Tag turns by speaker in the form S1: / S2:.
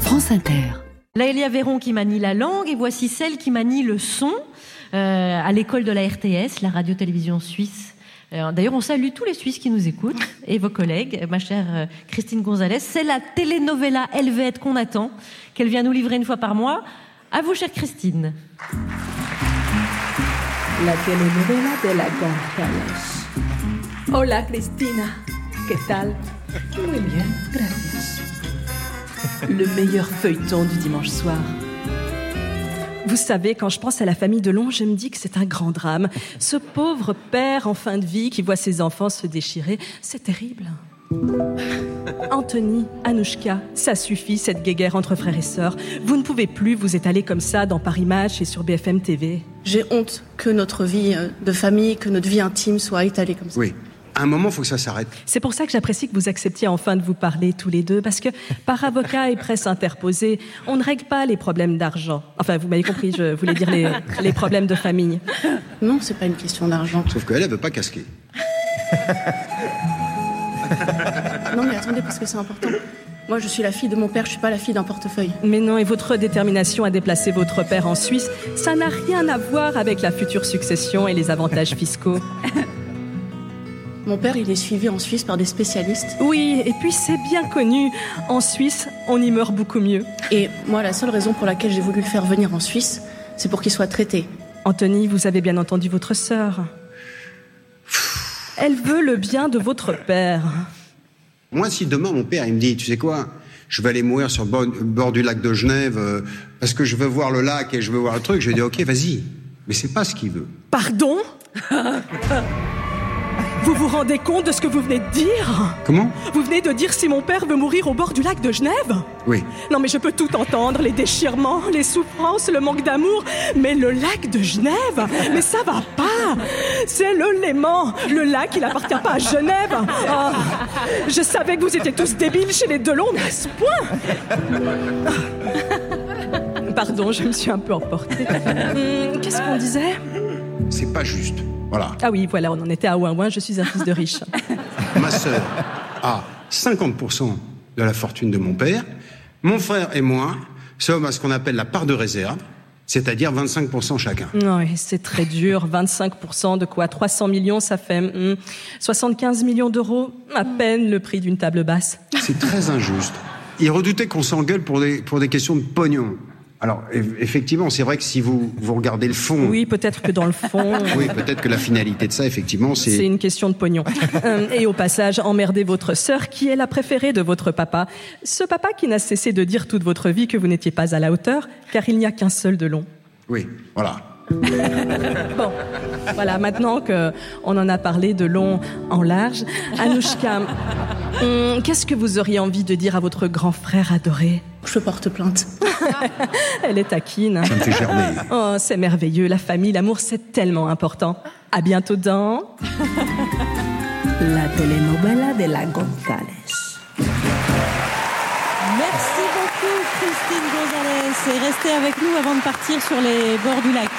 S1: France Inter.
S2: Laëlia Véron qui manie la langue et voici celle qui manie le son euh, à l'école de la RTS, la radio-télévision suisse. Euh, D'ailleurs, on salue tous les Suisses qui nous écoutent et vos collègues. Ma chère euh, Christine Gonzalez, c'est la telenovela helvète qu'on attend, qu'elle vient nous livrer une fois par mois. À vous, chère Christine.
S3: La telenovela de la González. Hola, Cristina. ¿Qué tal? Muy bien, gracias. Le meilleur feuilleton du dimanche soir. Vous savez, quand je pense à la famille de Long, je me dis que c'est un grand drame. Ce pauvre père en fin de vie qui voit ses enfants se déchirer, c'est terrible. Anthony, Anouchka, ça suffit cette guéguerre entre frères et sœurs. Vous ne pouvez plus vous étaler comme ça dans Paris Match et sur BFM TV.
S4: J'ai honte que notre vie euh, de famille, que notre vie intime soit étalée comme ça.
S5: Oui. À un moment, il faut que ça s'arrête.
S3: C'est pour ça que j'apprécie que vous acceptiez enfin de vous parler tous les deux, parce que par avocat et presse interposée, on ne règle pas les problèmes d'argent. Enfin, vous m'avez compris, je voulais dire les, les problèmes de famille.
S4: Non, c'est pas une question d'argent.
S5: Sauf qu'elle, elle veut pas casquer.
S4: Non, mais attendez, parce que c'est important. Moi, je suis la fille de mon père, je suis pas la fille d'un portefeuille.
S3: Mais non, et votre détermination à déplacer votre père en Suisse, ça n'a rien à voir avec la future succession et les avantages fiscaux.
S4: Mon père, il est suivi en Suisse par des spécialistes.
S3: Oui, et puis c'est bien connu, en Suisse, on y meurt beaucoup mieux.
S4: Et moi, la seule raison pour laquelle j'ai voulu le faire venir en Suisse, c'est pour qu'il soit traité.
S3: Anthony, vous avez bien entendu votre sœur. Elle veut le bien de votre père.
S5: Moi, si demain, mon père, il me dit, tu sais quoi, je vais aller mourir sur le bord, le bord du lac de Genève euh, parce que je veux voir le lac et je veux voir le truc, je vais dire, ok, vas-y. Mais c'est pas ce qu'il veut.
S3: Pardon Vous vous rendez compte de ce que vous venez de dire
S5: Comment
S3: Vous venez de dire si mon père veut mourir au bord du lac de Genève
S5: Oui.
S3: Non mais je peux tout entendre, les déchirements, les souffrances, le manque d'amour, mais le lac de Genève, mais ça va pas. C'est le Léman, le lac il appartient pas à Genève. Ah, je savais que vous étiez tous débiles chez les Delon, mais à ce point. Pardon, je me suis un peu emportée. Hum, Qu'est-ce qu'on disait
S5: C'est pas juste. Voilà.
S3: Ah oui, voilà, on en était à ouin ouin, je suis un fils de riche.
S5: Ma sœur a 50% de la fortune de mon père. Mon frère et moi sommes à ce qu'on appelle la part de réserve, c'est-à-dire 25% chacun.
S3: Non, et c'est très dur. 25% de quoi 300 millions, ça fait hum, 75 millions d'euros, à peine le prix d'une table basse.
S5: C'est très injuste. Il redoutait qu'on s'engueule pour des, pour des questions de pognon. Alors, eff- effectivement, c'est vrai que si vous, vous regardez le fond,
S3: Oui, peut-être que dans le fond,
S5: oui, peut-être que la finalité de ça, effectivement,
S3: c'est
S5: c'est...
S3: une question de pognon. Hum, et au passage, emmerdez votre sœur qui est la préférée de votre papa. Ce papa qui n'a cessé de dire toute votre vie que vous n'étiez pas à la hauteur, car il n'y a qu'un seul de long.
S5: Oui, voilà.
S3: Bon, voilà, maintenant que on en a parlé de long en large, Anouchka, hum, qu'est-ce que vous auriez envie de dire à votre grand frère adoré
S4: Je porte plainte.
S3: Elle est taquine. hein.
S5: Ça me fait germer.
S3: Oh, c'est merveilleux, la famille, l'amour, c'est tellement important. À bientôt dans...
S1: La telenovela de la González.
S2: Merci beaucoup, Christine Gonzalez. Et restez avec nous avant de partir sur les bords du lac.